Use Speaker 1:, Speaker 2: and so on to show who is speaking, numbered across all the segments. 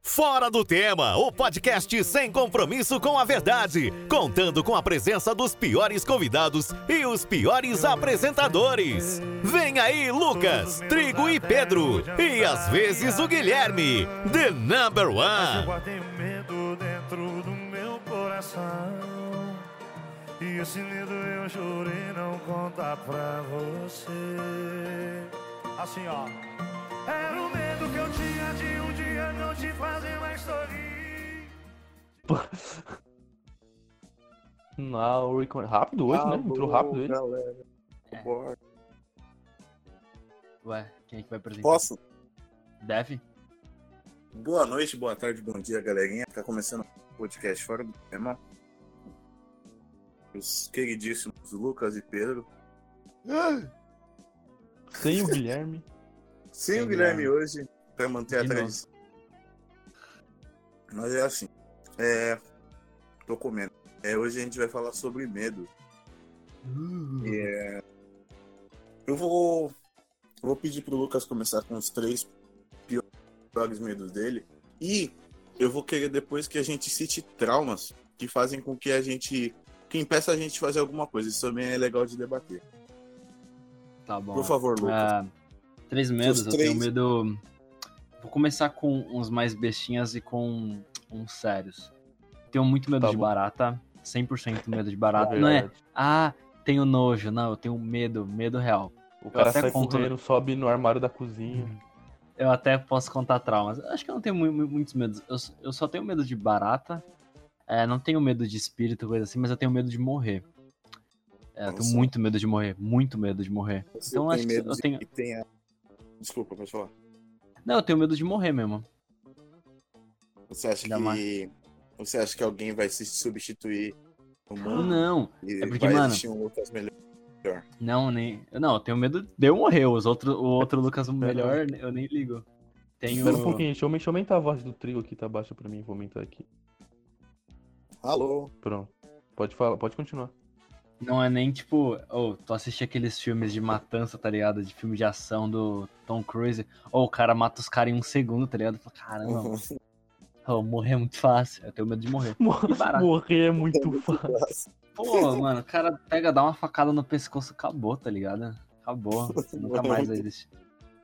Speaker 1: Fora do Tema, o podcast sem compromisso com a verdade, contando com a presença dos piores convidados e os piores apresentadores. Vem aí Lucas, Trigo e Pedro, e às vezes o Guilherme, The Number
Speaker 2: Eu
Speaker 1: One.
Speaker 2: guardei um medo dentro do meu coração. E esse medo eu jurei não contar pra você. Assim, ó. Era o medo que eu tinha de um dia não te fazer mais sorrir.
Speaker 3: Na record... Rápido hoje, né? Entrou rápido hoje.
Speaker 4: galera. Bora.
Speaker 5: É. Ué, quem é que vai apresentar?
Speaker 4: Posso?
Speaker 5: Deve?
Speaker 4: Boa noite, boa tarde, bom dia, galerinha. Tá começando o podcast Fora do Tema. Os queridíssimos Lucas e Pedro.
Speaker 3: Sem o Guilherme.
Speaker 4: Sem
Speaker 5: Sem
Speaker 4: o Guilherme
Speaker 5: Guilherme.
Speaker 4: hoje, pra manter a
Speaker 5: De
Speaker 4: tradição. Mas é assim. É. Tô comendo. É, hoje a gente vai falar sobre medo.
Speaker 5: Hum.
Speaker 4: É, Eu vou. Vou pedir pro Lucas começar com os três piores medos dele. E eu vou querer depois que a gente cite traumas que fazem com que a gente. que impeça a gente de fazer alguma coisa. Isso também é legal de debater.
Speaker 5: Tá bom.
Speaker 4: Por favor, Lucas.
Speaker 5: Ah, três medos,
Speaker 4: Os
Speaker 5: eu tenho
Speaker 4: três.
Speaker 5: medo. Vou começar com uns mais bestinhas e com uns sérios. Tenho muito medo
Speaker 3: Tá
Speaker 5: de
Speaker 3: bom.
Speaker 5: barata. 100% medo de barata.
Speaker 3: na
Speaker 5: Não é,
Speaker 3: verdade.
Speaker 5: ah, tenho nojo. Não, eu tenho medo, medo real.
Speaker 3: O cara
Speaker 5: até
Speaker 3: sai
Speaker 5: conto-
Speaker 3: correndo, sobe no armário da cozinha.
Speaker 5: Hum. Eu até posso contar traumas. Acho que eu não tenho mu- mu- muitos medos. Eu, s- eu só tenho medo de barata. É, não tenho medo de espírito, coisa assim, mas eu tenho medo de morrer. É, eu tenho
Speaker 4: Nossa.
Speaker 5: muito medo de morrer, muito medo de morrer.
Speaker 4: Você
Speaker 5: então
Speaker 4: tem
Speaker 5: acho que
Speaker 4: medo
Speaker 5: eu
Speaker 4: de
Speaker 5: tenho-
Speaker 4: que tenha- Desculpa, pode falar.
Speaker 5: Não, eu tenho medo de morrer mesmo.
Speaker 4: Você acha
Speaker 5: Ainda
Speaker 4: que. Você acha que alguém vai se substituir no mundo?
Speaker 5: Não,
Speaker 4: E
Speaker 5: é porque,
Speaker 4: vai
Speaker 5: mano-
Speaker 4: existir um Lucas melhor.
Speaker 5: não, nem. Não, eu tenho medo de eu morrer. Os outro, o outro Lucas melhor, eu nem ligo. Tenho.
Speaker 3: Espera um pouquinho, deixa eu, deixa eu aumentar a voz do trigo aqui, tá baixa pra mim. Vou aumentar aqui.
Speaker 4: Alô?
Speaker 3: Pronto. Pode falar, pode continuar.
Speaker 5: Não é nem tipo, ou tu assiste aqueles filmes de matança, tá ligado? De filme de ação do Tom Cruise, ou o cara mata os caras em um segundo, tá ligado? Fala, Caramba, mano, ô, morrer é muito fácil, eu tenho medo de morrer.
Speaker 3: Mor-
Speaker 5: E barato.
Speaker 3: Morrer é muito fácil.
Speaker 5: Pô, mano, o cara pega, dá uma facada no pescoço, acabou, tá ligado? Acabou, você nunca mais vai existir.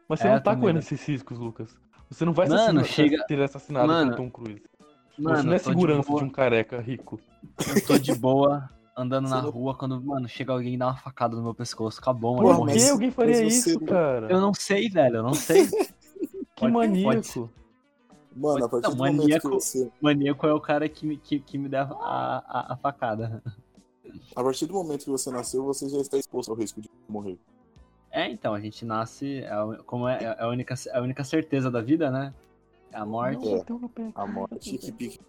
Speaker 3: Mas você
Speaker 5: É,
Speaker 3: não
Speaker 5: eu
Speaker 3: tá
Speaker 5: também
Speaker 3: correndo
Speaker 5: não.
Speaker 3: esses riscos, Lucas. Você não vai ser
Speaker 5: Mano,
Speaker 3: assassinado-
Speaker 5: chega-
Speaker 3: ser assassinado
Speaker 5: Mano,
Speaker 3: por Tom Cruise.
Speaker 5: Mano,
Speaker 3: você não é
Speaker 5: eu tô de
Speaker 3: segurança de,
Speaker 5: boa-
Speaker 3: um careca rico.
Speaker 5: Eu tô de boa andando na
Speaker 4: Você não-
Speaker 5: rua quando, mano, chega alguém e dá uma facada no meu pescoço, acabou, mano,
Speaker 4: Porra,
Speaker 5: eu
Speaker 3: Por
Speaker 4: mas-
Speaker 5: morri.
Speaker 3: que alguém faria
Speaker 4: mas você
Speaker 3: isso,
Speaker 4: não-
Speaker 3: cara?
Speaker 5: Eu não sei, velho, eu não sei.
Speaker 3: Que maníaco.
Speaker 4: Mano, a
Speaker 5: Pode-
Speaker 4: partir
Speaker 5: não,
Speaker 4: do momento
Speaker 5: maníaco.
Speaker 4: que você.
Speaker 5: Maníaco é o cara que, me- que, que me dá a, a, a facada.
Speaker 4: A partir do momento que você nasceu, você já está exposto ao risco de morrer.
Speaker 5: É, então, a gente nasce, é a- como é, é a, única, é a única certeza da vida, né? É a morte.
Speaker 4: Não.
Speaker 3: bateu no pé.
Speaker 4: A morte que pique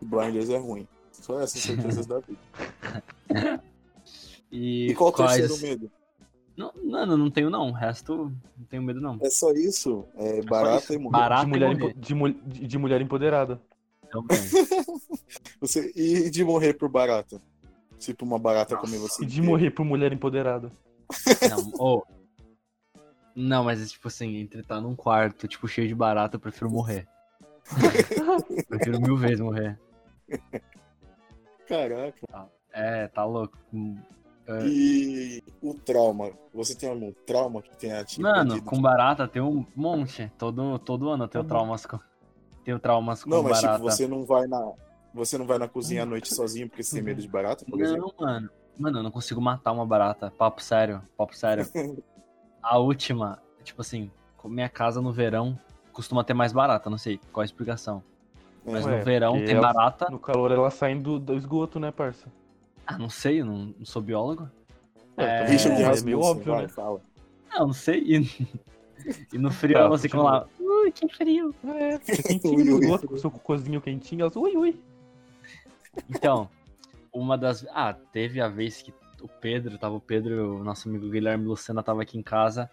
Speaker 4: blinders é ruim. Só essas certezas da vida.
Speaker 5: E,
Speaker 4: E qual o terceiro
Speaker 5: quais...
Speaker 4: medo?
Speaker 5: Não, mano, não tenho não, o resto não tenho medo não.
Speaker 4: É só isso? É barata
Speaker 5: isso.
Speaker 4: e morrer.
Speaker 5: Barato
Speaker 3: de mulher,
Speaker 5: e
Speaker 3: empo-
Speaker 5: morrer.
Speaker 3: de, mul- de- de mulher empoderada.
Speaker 5: Então, bem.
Speaker 4: Você... E de morrer por barata? Tipo, uma barata
Speaker 5: Nossa.
Speaker 4: comer você.
Speaker 3: E de
Speaker 4: inteiro.
Speaker 3: morrer por mulher empoderada.
Speaker 5: não, ou- não, mas tipo assim, entre estar num quarto, tipo, cheio de barata, eu prefiro morrer. prefiro mil vezes morrer.
Speaker 4: Caraca.
Speaker 5: É, tá louco. Hum, É.
Speaker 4: E o trauma? Você tem algum trauma que tenha te
Speaker 5: Mano,
Speaker 4: impedido
Speaker 5: com barata tem um monte. Todo, todo ano eu tenho
Speaker 3: Tá bom.
Speaker 5: traumas com. Tenho traumas com
Speaker 4: Uhum. Não, mas
Speaker 5: barata.
Speaker 4: tipo, você não vai na. Você não vai na cozinha à noite sozinho porque você tem medo de barata, por exemplo?
Speaker 5: Não, mano. Mano, eu não consigo matar uma barata. Papo sério, papo sério. a última, tipo assim, com minha casa no verão costuma ter mais barata, não sei qual a explicação. Mas
Speaker 3: Ué,
Speaker 5: no verão
Speaker 3: porque
Speaker 5: tem
Speaker 3: é-
Speaker 5: barata.
Speaker 3: No calor ela saindo do, do esgoto, né, parça?
Speaker 5: Ah, não sei, eu não, não sou biólogo.
Speaker 3: É,
Speaker 5: É,
Speaker 4: Richard
Speaker 3: é meio
Speaker 4: Rasmussen,
Speaker 3: óbvio,
Speaker 4: vai,
Speaker 3: né?
Speaker 4: fala.
Speaker 5: Não, não sei. E, e no frio
Speaker 3: Tá,
Speaker 5: elas ficam
Speaker 3: continua.
Speaker 5: lá. Ui, que frio.
Speaker 3: É, fica
Speaker 4: Ui,
Speaker 3: quentinho no
Speaker 4: ui.
Speaker 3: esgoto, com seu cocôzinho quentinho, elas, ui, ui.
Speaker 5: Então, uma das. Ah, teve a vez que o Pedro, tava o Pedro, o nosso amigo Guilherme Lucena tava aqui em casa.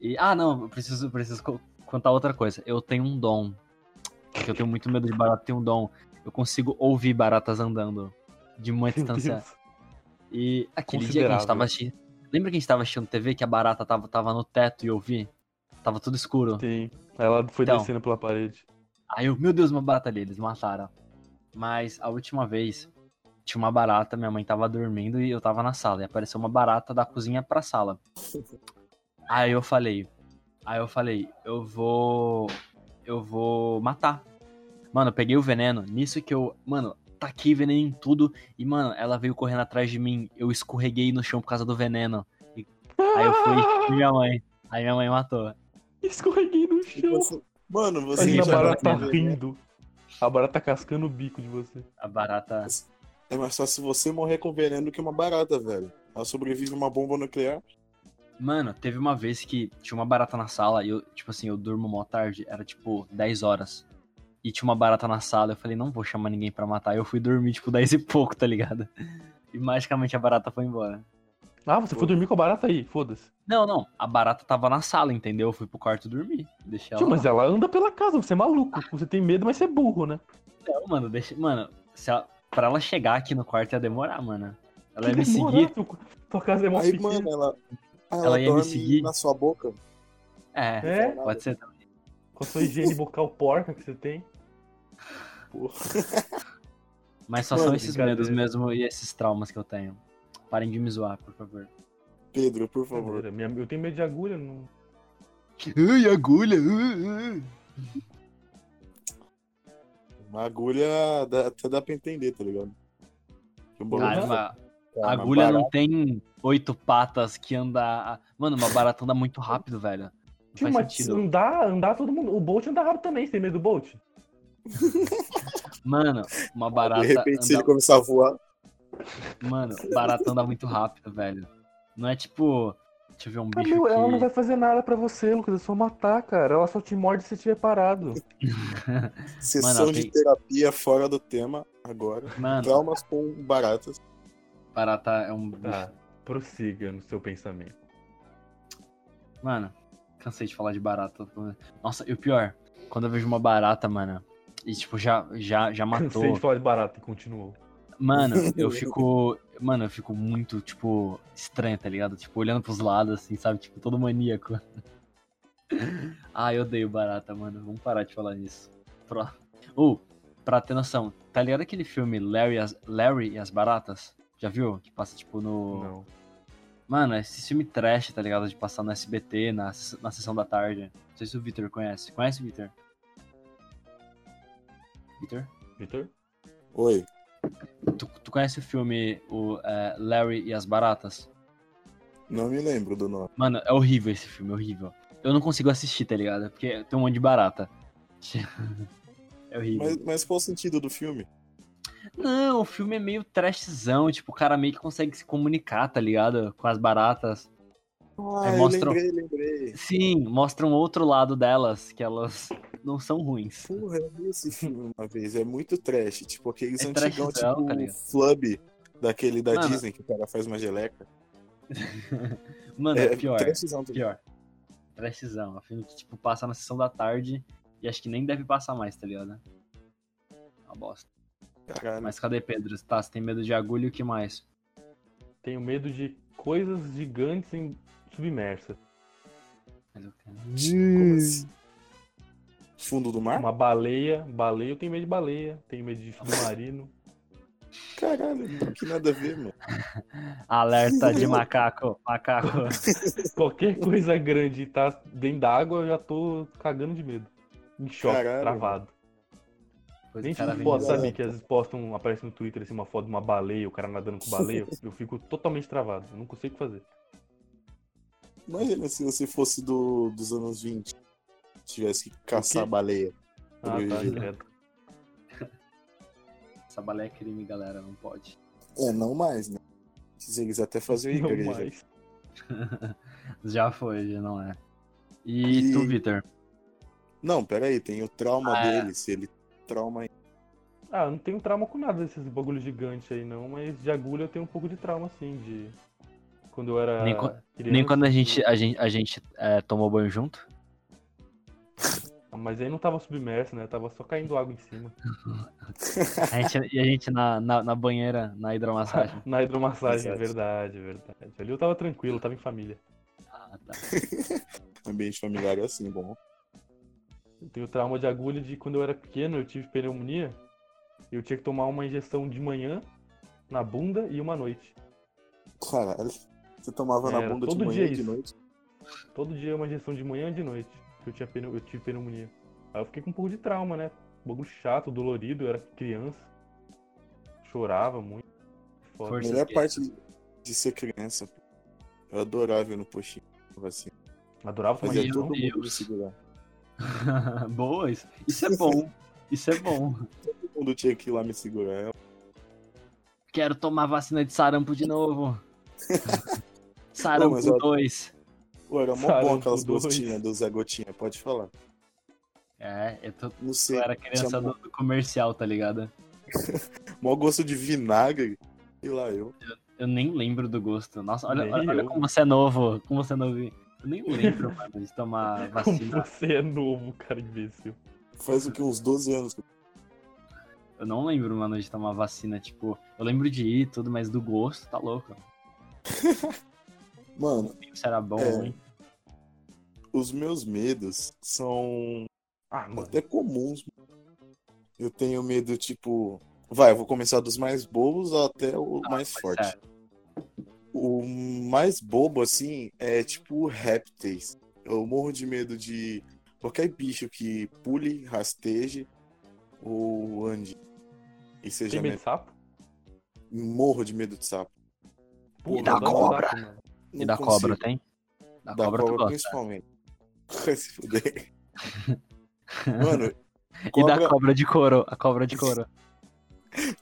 Speaker 5: E. Ah, não, eu preciso, preciso co- contar outra coisa. Eu tenho um dom. é Que eu tenho muito medo de barata, eu tenho um dom. Eu consigo ouvir baratas andando de uma
Speaker 3: Meu
Speaker 5: distância.
Speaker 3: Deus.
Speaker 5: E aquele dia que a gente tava
Speaker 3: Considerável.
Speaker 5: assistindo. Lembra que a gente tava assistindo TV que a barata tava, tava no teto e eu vi? Tava tudo escuro.
Speaker 3: Sim. Aí ela foi
Speaker 5: é Então.
Speaker 3: descendo pela parede.
Speaker 5: Aí eu, meu Deus, uma barata ali, eles mataram. Mas a última vez, tinha uma barata, minha mãe tava dormindo e eu tava na sala. E apareceu uma barata da cozinha pra sala. Aí eu falei, aí eu falei, eu vou. Eu vou matar. Mano, eu peguei o veneno, nisso que eu. Mano, taquei veneno em tudo. E, mano, ela veio correndo atrás de mim. Eu escorreguei no chão por causa do veneno. E- aí eu fui minha mãe. Aí minha mãe matou.
Speaker 3: Escorreguei no chão.
Speaker 4: Você- Mano, você
Speaker 5: Imagina
Speaker 3: Imagina a
Speaker 5: já
Speaker 3: barata
Speaker 5: tá
Speaker 4: vai
Speaker 3: tá
Speaker 4: morrer, né?
Speaker 3: rindo. A barata cascando o bico de você.
Speaker 5: A barata.
Speaker 4: É mais fácil você morrer com veneno do que uma barata, velho. Ela sobrevive a uma bomba nuclear.
Speaker 5: Mano, teve uma vez que tinha uma barata na sala e eu, tipo assim, eu durmo mó tarde, era tipo 10 horas. E tinha uma barata na sala, eu falei, não vou chamar ninguém pra matar. Eu fui dormir, tipo, 10 e pouco, tá ligado? E magicamente a barata foi embora.
Speaker 3: Ah, você foi dormir com a barata aí, foda-se.
Speaker 5: Não, não, a barata tava na sala, entendeu? Eu fui pro quarto dormir. Deixei ela.
Speaker 3: Tio, mas
Speaker 5: lá.
Speaker 3: ela anda pela casa, você é maluco. Você tem medo, mas você é burro, né?
Speaker 5: Não, mano, deixa. Mano, se ela... pra ela chegar aqui no quarto ia demorar, mano. Ela ia
Speaker 3: Que
Speaker 5: me
Speaker 3: demora,
Speaker 5: seguir.
Speaker 3: né? Tua- Tua casa é mó
Speaker 4: Aí,
Speaker 3: pequena.
Speaker 4: mano, ela, ela,
Speaker 5: Ela ia me
Speaker 4: dorme
Speaker 5: seguir.
Speaker 4: na sua boca.
Speaker 5: É,
Speaker 3: É?
Speaker 5: pode ser.
Speaker 3: Com a sua higiene bucal porca que você tem.
Speaker 5: Mas só
Speaker 4: Mano,
Speaker 5: são esses medos
Speaker 3: brincadeira.
Speaker 5: mesmo e esses traumas que eu tenho. Parem de me zoar, por favor.
Speaker 4: Pedro, por favor.
Speaker 3: Minha- Eu tenho medo de agulha. Não...
Speaker 5: Ai, agulha!
Speaker 4: Uma agulha dá- até dá pra entender, tá ligado? Que um bagulho-
Speaker 5: Cara, uma
Speaker 4: Cara, uma
Speaker 5: agulha
Speaker 4: barata-
Speaker 5: não tem oito patas que anda. Mano, uma barata anda muito rápido, velho. Não
Speaker 3: Tio,
Speaker 5: faz
Speaker 3: mas
Speaker 5: sentido.
Speaker 3: andar, andar todo mundo. O Bolt anda rápido também, você tem medo do Bolt?
Speaker 5: Mano, uma
Speaker 4: De
Speaker 5: barata.
Speaker 4: repente, se ele
Speaker 5: Anda...
Speaker 4: começar a voar,
Speaker 5: Mano, barata anda muito rápido, velho. Não é tipo. Deixa eu ver um
Speaker 3: Ah,
Speaker 5: bicho.
Speaker 3: meu, ela não
Speaker 5: que-
Speaker 3: vai fazer nada pra você, Lucas. É só matar, cara. Ela só te morde se estiver parado.
Speaker 4: sessão
Speaker 5: ela
Speaker 4: de
Speaker 5: tem-
Speaker 4: terapia fora do tema agora.
Speaker 3: né?
Speaker 5: Mano,
Speaker 4: Traumas com baratas.
Speaker 5: barata é um bicho.
Speaker 4: Ah.
Speaker 3: Tá, prossiga no seu pensamento.
Speaker 5: Mano, cansei de falar de barata. Nossa, e o pior, quando eu vejo uma barata, mano, e tipo, já, já, já matou.
Speaker 3: Cansei de falar de barata e continuou.
Speaker 5: Mano, eu fico. Mano, eu fico muito, tipo, estranho, tá ligado? Tipo, olhando pros lados, assim, sabe? Tipo, todo maníaco. ah, eu odeio barata, mano. Vamos parar de falar nisso. Pro... Uh, pra ter noção, tá ligado aquele filme Larry, e as... Larry e as Baratas? Já viu? Que passa, tipo, no.
Speaker 3: Não.
Speaker 5: Mano, esse filme trash, tá ligado? De passar no SBT, na, se- na sessão da tarde. Não sei se o Victor conhece. Conhece, Victor? Victor?
Speaker 3: Vitor?
Speaker 4: Oi.
Speaker 5: Tu, tu conhece o filme o, é, Larry e as Baratas?
Speaker 4: Não me lembro do nome.
Speaker 5: Mano, é horrível esse filme, é horrível. Eu não consigo assistir, tá ligado? Porque tem um monte de barata. É horrível.
Speaker 4: Mas, mas qual o sentido do filme?
Speaker 5: Não, o filme é meio trashzão. Tipo, o cara meio que consegue se comunicar, tá ligado? Com as baratas.
Speaker 4: Ah, eu
Speaker 5: É, mostra-
Speaker 4: lembrei, lembrei.
Speaker 5: Sim, mostra um outro lado delas, que elas não são ruins.
Speaker 4: Porra, eu vi esse filme uma vez. É muito trash. Tipo, aqueles
Speaker 5: É
Speaker 4: antigão,
Speaker 5: trashzão,
Speaker 4: tipo
Speaker 5: tá
Speaker 4: o
Speaker 5: ligado?
Speaker 4: Flub, daquele da
Speaker 5: Mano.
Speaker 4: Disney, que o cara faz uma geleca.
Speaker 5: Mano,
Speaker 4: é,
Speaker 5: pior.
Speaker 4: trashzão também.
Speaker 5: Pior. Trashzão. É um filme que, tipo, passa na sessão da tarde e acho que nem deve passar mais, tá ligado? Uma bosta.
Speaker 4: Caralho.
Speaker 5: Mas cadê Pedro? Tá, você tem medo de agulha e o que mais?
Speaker 3: Tenho medo de coisas gigantes em... submersas.
Speaker 5: Mas eu tenho. né?
Speaker 4: Como assim? Fundo do mar?
Speaker 3: Uma baleia, baleia, eu tenho medo de baleia, tenho medo de submarino.
Speaker 4: Caralho, que nada a ver, mano.
Speaker 5: Alerta de macaco, macaco.
Speaker 3: Qualquer coisa grande e tá dentro da água, eu já tô cagando de medo. Em choque,
Speaker 4: Caralho,
Speaker 3: travado.
Speaker 5: Depois
Speaker 3: Nem
Speaker 5: o cara vem
Speaker 3: foto,
Speaker 4: foda,
Speaker 5: me-
Speaker 3: sabe? Que às vezes postam, aparece no Twitter assim, uma foto de uma baleia, o cara nadando com baleia. Eu fico totalmente travado, eu não consigo o que fazer.
Speaker 4: Imagina se você fosse do, dos anos 20. Tivesse que caçar
Speaker 3: quê?
Speaker 4: baleia.
Speaker 3: Ah, tá,
Speaker 4: Sobreviver.
Speaker 3: credo.
Speaker 5: Essa balé é crime, galera, não pode.
Speaker 4: É, não mais, né? Se eles até fazem
Speaker 3: Não
Speaker 4: igreja.
Speaker 3: mais.
Speaker 5: Já foi, já não é. E,
Speaker 4: E-
Speaker 5: tu, Vitor?
Speaker 4: Não, peraí, tem o trauma
Speaker 5: Ah, é.
Speaker 4: dele, se ele trauma
Speaker 3: Ah, eu não tenho trauma com nada desses bagulho gigante aí, não, mas de agulha eu tenho um pouco de trauma, assim, de. Quando eu era.
Speaker 5: Nem quan-
Speaker 3: criança,
Speaker 5: Nem quando a gente, a gente, a gente é, tomou banho junto?
Speaker 3: assim. Ah, Mas aí não tava submerso, né? Tava só caindo água em cima.
Speaker 5: A gente- e a gente na, na, na banheira, na hidromassagem.
Speaker 3: Na hidromassagem, é
Speaker 4: Exato.
Speaker 3: verdade, é verdade. Ali eu tava tranquilo, eu tava em família.
Speaker 5: Ah, tá.
Speaker 4: ambiente familiar é assim, bom.
Speaker 3: Eu tenho trauma de agulha de quando eu era pequeno, eu tive pneumonia. Eu tinha que tomar uma injeção de manhã, na bunda e uma à noite.
Speaker 4: Caralho. Você tomava na
Speaker 3: Era
Speaker 4: bunda de
Speaker 3: todo
Speaker 4: manhã
Speaker 3: dia
Speaker 4: e de
Speaker 3: isso.
Speaker 4: noite.
Speaker 3: Todo dia uma injeção de manhã e de noite. que Eu, tinha pneu- eu tive pneumonia. Aí eu fiquei com um pouco de trauma, né? Um bagulho chato, dolorido, eu era criança. Chorava muito. Foda.
Speaker 5: Força.
Speaker 4: Melhor parte de ser criança. pô. Eu adorava ir no postinho. Assim,
Speaker 3: Adorava tomar
Speaker 5: Mas é
Speaker 4: fazia
Speaker 3: injeção.
Speaker 5: Meu
Speaker 4: todo mundo me
Speaker 5: Deus.
Speaker 4: segurar.
Speaker 5: tá. Boa, isso, isso é bom. Isso é bom.
Speaker 4: Todo mundo tinha que ir lá me segurar.
Speaker 5: Quero tomar vacina de sarampo de novo. sarampo
Speaker 4: mas eu-
Speaker 5: 2.
Speaker 4: Pô, era mó
Speaker 3: Sarampo
Speaker 4: bom aquelas
Speaker 3: dois.
Speaker 4: gotinhas do Zé Gotinha, pode falar.
Speaker 5: É, eu, tô,
Speaker 4: Não
Speaker 5: eu
Speaker 4: sei,
Speaker 5: era criança do, do comercial, tá ligado?
Speaker 4: mó gosto de vinagre. E lá eu.
Speaker 5: Eu nem lembro do gosto. Nossa, olha,
Speaker 3: Nem
Speaker 5: olha, olha
Speaker 3: eu.
Speaker 5: como você é novo. Como você é novinho. Eu nem lembro, mano, de tomar
Speaker 3: Como
Speaker 5: vacina.
Speaker 3: você é novo, cara imbecil.
Speaker 4: Faz o que, uns 12 anos que
Speaker 5: Eu não lembro, mano, de tomar vacina. Tipo, eu lembro de ir e tudo, mas do gosto, tá louco.
Speaker 4: Mano,
Speaker 5: Isso era bom,
Speaker 4: É.
Speaker 5: hein?
Speaker 4: os meus medos são
Speaker 3: Ah, mano.
Speaker 4: até comuns. é Eu tenho medo, tipo. Vai, eu vou começar dos mais bobos até o mais
Speaker 5: Mas,
Speaker 4: forte.
Speaker 5: é,
Speaker 4: O mais bobo, assim, é tipo répteis. Eu morro de medo de qualquer bicho que pule, rasteje ou ande. E seja
Speaker 3: Tem medo
Speaker 4: medo.
Speaker 3: de sapo?
Speaker 4: Morro de medo de sapo.
Speaker 3: Puta,
Speaker 4: da
Speaker 3: dá um
Speaker 5: cobra.
Speaker 3: saco, mano.
Speaker 5: E
Speaker 4: Não
Speaker 5: da
Speaker 4: consigo.
Speaker 5: cobra, tem? Da,
Speaker 4: Da
Speaker 5: cobra, tu
Speaker 4: cobra,
Speaker 5: gosta.
Speaker 4: principalmente. Vai se fuder. Mano,
Speaker 5: E da
Speaker 4: cobra-
Speaker 5: cobra de couro. A cobra de couro.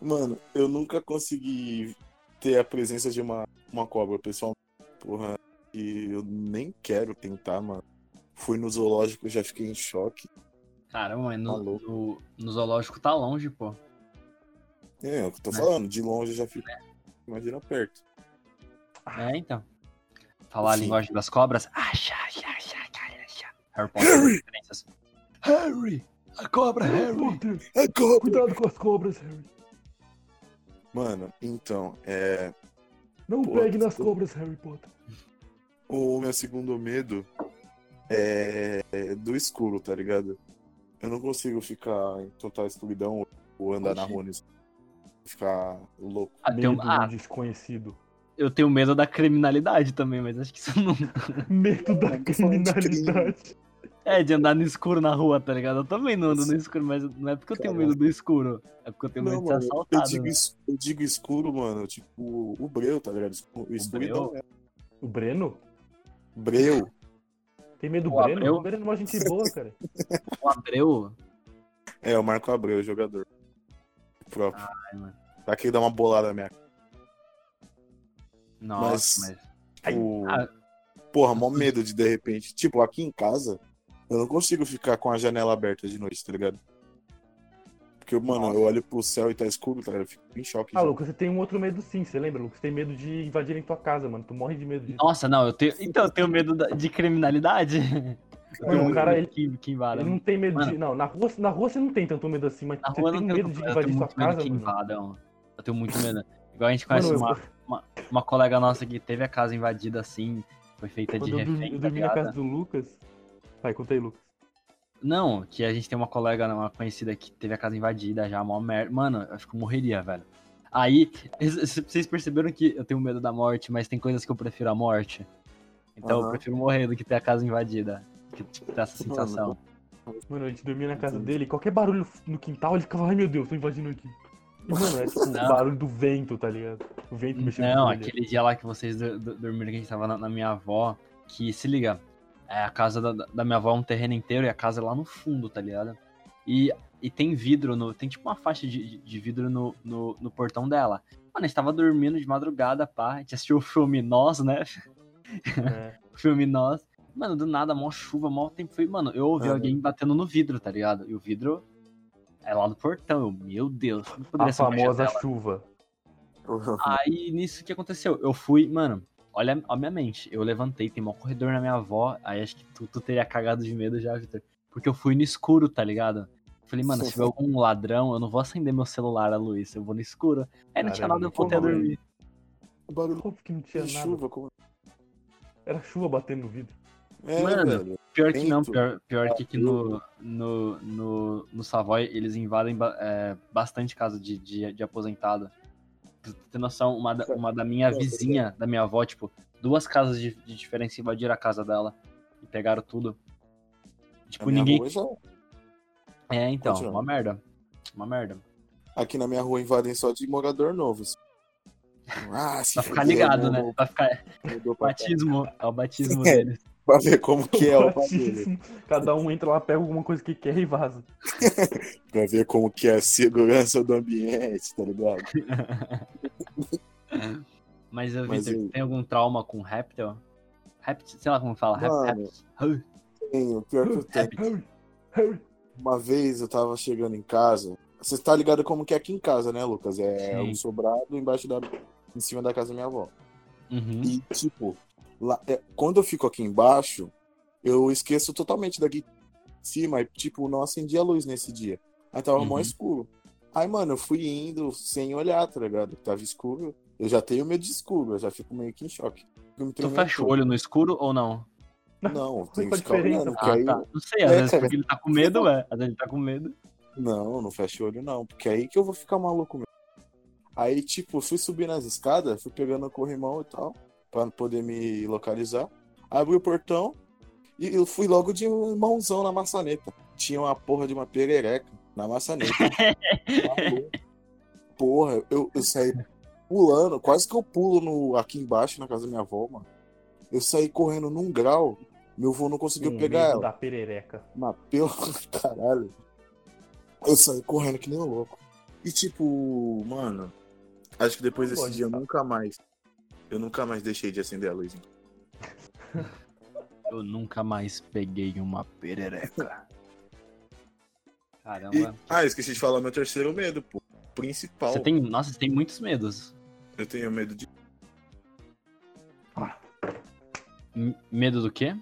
Speaker 4: Mano, eu nunca consegui ter a presença de uma, uma cobra, pessoal. Porra, e eu nem quero tentar, mano. Fui no zoológico, já fiquei em choque.
Speaker 5: Caramba, mas no,
Speaker 4: Tá louco.
Speaker 5: no, no zoológico tá longe, pô.
Speaker 4: É, é o que eu tô
Speaker 5: Né?
Speaker 4: falando, de longe eu já fico. Imagina perto.
Speaker 5: É, então. Falar a
Speaker 4: Sim.
Speaker 5: linguagem das cobras. Ah, Acha, acha, acha, acha, acha. Harry Potter. referências. Harry! A cobra, Harry!
Speaker 3: Potter,
Speaker 4: É cobra!
Speaker 3: Cuidado com as cobras, Harry.
Speaker 4: Mano, então, é.
Speaker 3: Não
Speaker 4: Pô,
Speaker 3: pegue nas
Speaker 4: desculpa.
Speaker 3: cobras, Harry Potter.
Speaker 4: O meu segundo medo é, é do escuro, tá ligado? Eu não consigo ficar em total escuridão ou andar na rua no escuro. Ficar louco.
Speaker 5: Ah, tem um-
Speaker 3: Medo
Speaker 5: ah,
Speaker 3: do desconhecido.
Speaker 5: eu tenho medo da criminalidade também, mas acho que isso não.
Speaker 3: Medo da
Speaker 4: Tô falando de crime.
Speaker 3: criminalidade.
Speaker 5: É, de andar no escuro na rua, tá ligado? Eu também não ando no escuro, mas não é porque eu tenho
Speaker 4: Caramba.
Speaker 5: medo do escuro. É porque eu tenho medo
Speaker 4: Não,
Speaker 5: de ser
Speaker 4: mano, eu
Speaker 5: assaltado.
Speaker 4: digo,
Speaker 5: né?
Speaker 4: es- eu digo escuro, mano, tipo o Breu, tá ligado? Escu- O escuridão é
Speaker 3: O Breno?
Speaker 4: Breu.
Speaker 3: Tem medo do
Speaker 5: O
Speaker 3: Breno?
Speaker 5: Abreu?
Speaker 3: O Breno é uma gente boa, cara.
Speaker 5: O Abreu.
Speaker 4: É, o Marco Abreu, jogador. Próprio. Ai,
Speaker 5: mano.
Speaker 4: Tá que ele dá uma bolada na minha cara.
Speaker 5: Nossa,
Speaker 4: Mas-
Speaker 5: mas.
Speaker 4: Tipo,
Speaker 5: ah.
Speaker 4: Porra, mó medo de de repente. Tipo, aqui em casa, eu não consigo ficar com a janela aberta de noite, tá ligado? Porque, mano, eu olho pro céu e tá escuro, tá ligado? Eu fico em choque.
Speaker 3: Ah,
Speaker 4: já.
Speaker 3: Lucas, você tem um outro medo sim, você lembra, Lucas? Você tem medo de invadirem tua casa, mano. Tu morre de medo disso.
Speaker 5: Nossa, não, eu tenho. Então, eu tenho medo da- de criminalidade. Eu
Speaker 3: Mano,
Speaker 5: tenho
Speaker 3: o cara, ele,
Speaker 5: que, que invada.
Speaker 3: ele não tem medo
Speaker 5: Mano.
Speaker 3: de. Não, na rua, na rua você não tem tanto medo assim, mas
Speaker 5: Na
Speaker 3: você
Speaker 5: rua eu
Speaker 3: tem
Speaker 5: não tenho
Speaker 3: medo de
Speaker 5: problema, eu tenho
Speaker 3: invadir tua
Speaker 5: muito medo
Speaker 3: casa,
Speaker 5: que
Speaker 3: mano.
Speaker 5: invadam. Eu tenho muito medo. Igual a gente
Speaker 3: Mano,
Speaker 5: conhece
Speaker 3: eu-
Speaker 5: uma, uma colega nossa que teve a casa invadida assim, foi feita de
Speaker 3: Quando eu dormi,
Speaker 5: refém,
Speaker 3: eu
Speaker 5: tá
Speaker 3: dormi na
Speaker 5: ligado?
Speaker 3: casa do Lucas. Vai, conta aí, Lucas.
Speaker 5: Não, que a gente tem uma colega, uma conhecida que teve a casa invadida já, mó merda. Mano, eu acho que eu morreria, velho. Aí, es- vocês perceberam que eu tenho medo da morte, mas tem coisas que eu prefiro a morte. Então eu
Speaker 4: Aham.
Speaker 5: prefiro morrer do que ter a casa invadida. Que tipo, ter essa
Speaker 4: Mano,
Speaker 5: sensação.
Speaker 3: Mano, a gente dormia na casa dele, qualquer barulho no quintal, ele ficava, ai meu Deus, tô invadindo aqui. E, mano, é tipo o
Speaker 5: Não.
Speaker 3: barulho do vento, tá ligado? O vento mexendo
Speaker 5: Não,
Speaker 3: com ele.
Speaker 5: aquele dia lá que vocês do- do- dormiram que a gente tava na, na minha avó, que se liga, é, a casa da- da, da minha avó é um terreno inteiro e a casa é lá no fundo, tá ligado? E, e tem vidro, no, tem tipo uma faixa de, de- de vidro no, no, no portão dela. Mano, a gente tava dormindo de madrugada, pá, a gente assistiu o filme Nós, né?
Speaker 3: É.
Speaker 5: O filme Nós. Mano, do nada, mó chuva, mó tempo. Foi, mano, eu ouvi
Speaker 4: Ah,
Speaker 5: alguém batendo no vidro, tá ligado? E o vidro é lá no portão. Eu, meu Deus, não poderia
Speaker 3: A
Speaker 5: ser uma
Speaker 3: famosa
Speaker 5: janela.
Speaker 3: chuva.
Speaker 5: Aí nisso o que aconteceu? Eu fui, mano, olha a minha mente. Eu levantei, tem um corredor na minha avó. Aí acho que tu, tu teria cagado de medo já, Vitor. Porque eu fui no escuro, tá ligado? Falei, mano, se tiver algum ladrão, eu não vou acender meu celular a luz, eu vou no escuro. Aí não tinha
Speaker 3: Caramba,
Speaker 5: nada, eu
Speaker 3: que
Speaker 5: voltei a
Speaker 3: horror.
Speaker 5: dormir.
Speaker 4: O barulho
Speaker 3: Óbvio que não tinha
Speaker 4: de
Speaker 3: nada.
Speaker 4: chuva, como
Speaker 3: Era chuva batendo no vidro.
Speaker 4: É,
Speaker 5: Mano,
Speaker 4: velho.
Speaker 5: Pior que não,
Speaker 4: Bento,
Speaker 5: pior,
Speaker 4: Ah,
Speaker 5: pior que aqui no, no, no, no Savoy eles invadem ba- é, bastante casa de, de, de aposentado. Pra você ter noção, uma da, uma da minha vizinha, da minha avó, tipo, duas casas de, de diferença invadiram a casa dela e pegaram tudo.
Speaker 4: Na
Speaker 5: Tipo,
Speaker 4: minha
Speaker 5: ninguém.
Speaker 4: rua já-
Speaker 5: É, então,
Speaker 4: Continua.
Speaker 5: uma merda. Uma merda.
Speaker 4: aqui na minha rua invadem só de morador novo. assim. Ah, se
Speaker 5: Pra ficar
Speaker 4: fuder,
Speaker 5: ligado,
Speaker 4: não-
Speaker 5: né? Pra ficar.
Speaker 4: mudou pra cá.
Speaker 5: Batismo. É o batismo
Speaker 4: É.
Speaker 5: deles.
Speaker 4: Pra ver como que é o bagulho.
Speaker 3: Batismo. assim, Cada um entra lá, pega alguma coisa que quer e vaza.
Speaker 4: Pra ver como que é a segurança do ambiente, tá ligado?
Speaker 5: Mas, Vitor,
Speaker 4: Mas eu-
Speaker 5: tem algum trauma com réptil? Réptil, sei lá como fala.
Speaker 4: Mano,
Speaker 5: Réptil.
Speaker 4: Sim, o pior que eu tenho.
Speaker 5: Réptil.
Speaker 4: Uma vez eu tava chegando em casa. Você tá ligado como que é aqui em casa, né, Lucas? É
Speaker 5: Sim.
Speaker 4: um sobrado embaixo da. em cima da casa da minha avó.
Speaker 5: Uhum.
Speaker 4: E, tipo, lá, é, quando eu fico aqui embaixo, eu esqueço totalmente daqui de cima. E, tipo, não acendi a luz nesse dia. Aí tava mó
Speaker 5: Uhum.
Speaker 4: escuro. Aí, mano, eu fui indo sem olhar, tá ligado? Tava escuro. Eu já tenho medo de escuro, eu já fico meio que em choque. Eu me
Speaker 5: Tu
Speaker 4: tremendo
Speaker 5: fecha o
Speaker 4: todo.
Speaker 5: olho no escuro ou não?
Speaker 4: Não, tem que
Speaker 3: Qual a
Speaker 4: ficar
Speaker 3: diferença?
Speaker 4: olhando. porque
Speaker 5: Ah,
Speaker 4: aí-
Speaker 5: tá. Não sei, às
Speaker 4: É,
Speaker 5: vezes
Speaker 4: cara.
Speaker 5: porque ele tá com medo, ué. Às vezes ele tá com medo.
Speaker 4: Não, não fecha o olho não, porque é aí que eu vou ficar maluco mesmo. Aí, tipo, fui subir nas escadas, fui pegando o corrimão e tal, pra poder me localizar. Abri o portão e eu fui logo de mãozão na maçaneta. Tinha uma porra de uma perereca na maçaneta. Maluco. porra, eu, eu saí pulando, quase que eu pulo no, aqui embaixo na casa da minha avó, mano. Eu saí correndo num grau, meu avô não conseguiu
Speaker 3: Com
Speaker 4: pegar
Speaker 3: um medo
Speaker 4: ela.
Speaker 3: Da perereca.
Speaker 4: Mas pelo caralho. Eu saí correndo que nem um louco. E tipo, mano, acho que depois desse
Speaker 3: Pode,
Speaker 4: dia eu
Speaker 3: tá.
Speaker 4: nunca mais. Eu nunca mais deixei de acender a luz.
Speaker 5: Eu nunca mais peguei uma perereca. Caramba.
Speaker 4: E- ah, esqueci de falar meu terceiro medo, pô. Principal.
Speaker 5: Você tem. Nossa, você tem muitos medos.
Speaker 4: Eu tenho medo de
Speaker 5: M- medo do quê?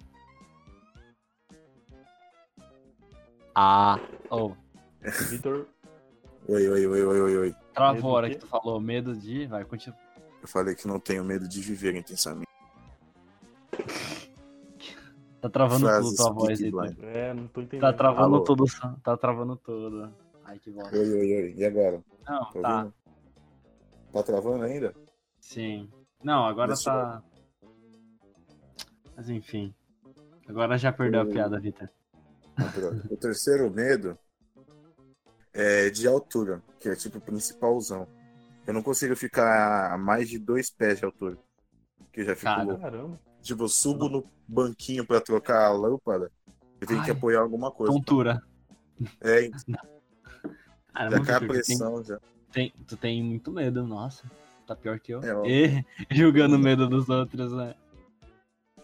Speaker 5: Ah. Oh.
Speaker 3: Vitor,
Speaker 4: Oi, oi, oi, oi, oi, oi.
Speaker 5: Travou
Speaker 3: Medo
Speaker 5: a
Speaker 3: do
Speaker 5: hora
Speaker 3: quê?
Speaker 5: que tu falou. Medo de. Vai, continua.
Speaker 4: Eu falei que não tenho medo de viver intensamente.
Speaker 5: Tá travando tudo
Speaker 4: Frases
Speaker 5: tua voz
Speaker 4: Peaky
Speaker 5: aí. Tá,
Speaker 4: Blinders.
Speaker 3: é, não tô entendendo.
Speaker 5: tá travando
Speaker 4: Alô?
Speaker 5: tudo. só- Tá travando tudo. Ai, que bosta.
Speaker 4: Oi, oi, oi. E agora?
Speaker 5: Não,
Speaker 4: Tá,
Speaker 5: tá.
Speaker 4: ouvindo? Tá travando ainda?
Speaker 5: Sim. Não, agora
Speaker 4: Deixa
Speaker 5: tá. Mas enfim. Agora já perdeu a
Speaker 4: Eu-
Speaker 5: piada, Vitor.
Speaker 4: Não, pera. o terceiro medo é de altura, que é tipo o principalzão. Eu não consigo ficar a mais de dois pés de altura. Que eu já fico
Speaker 5: Cara.
Speaker 4: louco.
Speaker 3: Caramba.
Speaker 4: Tipo, eu subo no banquinho pra trocar a lâmpada. Eu tenho que
Speaker 5: Ai.
Speaker 4: apoiar alguma coisa.
Speaker 5: Tontura.
Speaker 4: É, já
Speaker 5: Caramba,
Speaker 4: cai é. a
Speaker 5: Vitor, tu, tem,
Speaker 4: pressão já.
Speaker 5: tem- tu tem muito medo, nossa. Tá pior que eu.
Speaker 4: É, ó. Hum.
Speaker 5: E, julgando o medo dos outros, né?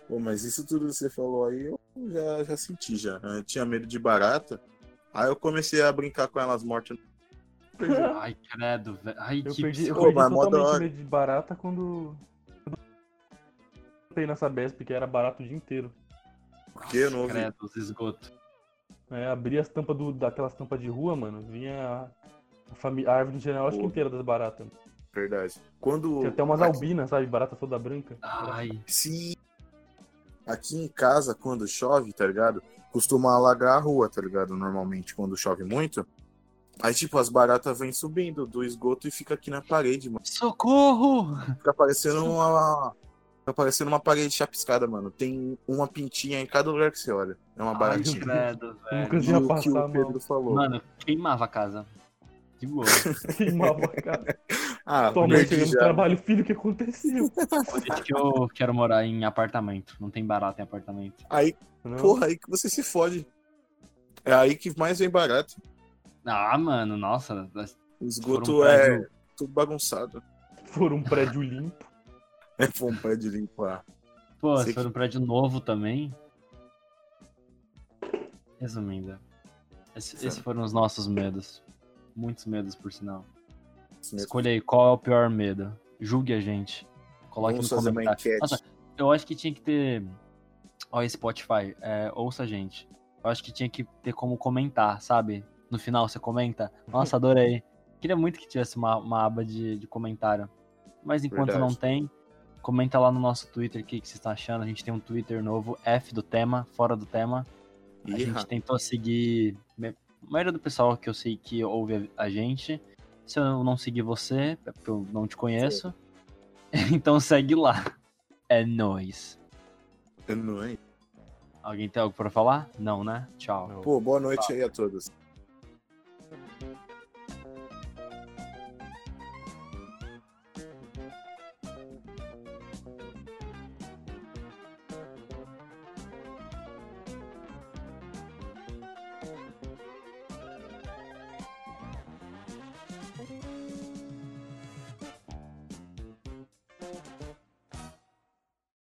Speaker 4: Pô, mas isso tudo que você falou aí, eu já, já senti já. Eu tinha medo de barata. Aí eu comecei a brincar com elas mortas.
Speaker 5: Ai, credo, velho. Ai,
Speaker 3: Eu
Speaker 5: que
Speaker 3: perdi, eu
Speaker 4: Pô,
Speaker 3: perdi
Speaker 4: mas mó da
Speaker 3: totalmente
Speaker 4: hora.
Speaker 3: medo de barata quando. Tem nessa Besp que era barato o dia inteiro.
Speaker 4: Porque eu não ouvi.
Speaker 5: credo, os esgotos.
Speaker 3: É, abria as tampas do, daquelas tampas de rua, mano. Vinha a, fami- a árvore genealógica
Speaker 4: Pô.
Speaker 3: inteira das baratas.
Speaker 4: Verdade. Quando.
Speaker 3: Tinha até umas
Speaker 4: aqui-
Speaker 3: albinas, sabe? Barata toda branca.
Speaker 5: Ai,
Speaker 4: se aqui em casa, quando chove, tá ligado? Costuma alagar a rua, tá ligado? Normalmente, quando chove muito. Aí, tipo, as baratas vêm subindo do esgoto e fica aqui na parede, mano.
Speaker 5: socorro!
Speaker 4: Fica parecendo uma. Fica parecendo uma parede chapiscada, mano. Tem uma pintinha em cada lugar que você olha. É uma
Speaker 5: Ai,
Speaker 4: baratinha.
Speaker 5: credo,
Speaker 3: Um
Speaker 5: velho.
Speaker 3: Nunca
Speaker 4: E
Speaker 3: ia
Speaker 4: o que
Speaker 3: passar
Speaker 4: o
Speaker 3: a
Speaker 4: Pedro
Speaker 3: mão.
Speaker 4: falou.
Speaker 5: Mano, queimava a casa. De boa.
Speaker 3: Queimava a cara.
Speaker 4: ah,
Speaker 3: Tua mãe
Speaker 4: perdi
Speaker 3: chegando no
Speaker 4: já.
Speaker 3: trabalho, filho, o que aconteceu?
Speaker 5: Por isso que eu quero morar em apartamento. Não tem barato em apartamento.
Speaker 4: Aí,
Speaker 3: Não.
Speaker 4: porra, aí que você se fode. É aí que mais vem barato.
Speaker 5: Ah, mano, nossa.
Speaker 4: O
Speaker 5: foram
Speaker 4: esgoto
Speaker 5: pra
Speaker 4: é
Speaker 5: Ju-
Speaker 4: tudo bagunçado.
Speaker 3: For um prédio limpo.
Speaker 4: É foi um pé de limpar.
Speaker 5: Pô,
Speaker 4: Sei
Speaker 5: se for um prédio novo também. Resumindo, esse- esses
Speaker 4: Certo.
Speaker 5: foram os nossos medos. Muitos medos, por sinal.
Speaker 4: Esse mesmo.
Speaker 5: Escolha aí qual é o pior medo. Julgue a gente. Coloque
Speaker 4: Vamos
Speaker 5: no
Speaker 4: fazer uma
Speaker 5: comentário.
Speaker 4: enquete.
Speaker 5: Nossa, eu acho que tinha que ter. Ó, Spotify, é, ouça a gente. Eu acho que tinha que ter como comentar, sabe? No final você comenta.
Speaker 4: Uhum.
Speaker 5: Nossa, adorei. Queria muito que tivesse uma, uma aba de, de comentário. Mas enquanto
Speaker 4: Verdade.
Speaker 5: não tem, Comenta lá no nosso Twitter o que, que vocês estão achando. A gente tem um Twitter novo, F do tema, fora do tema. A
Speaker 4: Ih,
Speaker 5: gente tentou seguir me- a maioria do pessoal que eu sei que ouve a a gente. Se eu não seguir você, é porque eu não te conheço. Então segue lá. É nóis.
Speaker 4: é nóis.
Speaker 5: Alguém tem algo pra falar? Não, né? Tchau.
Speaker 3: Não.
Speaker 4: Pô, boa noite aí a todos.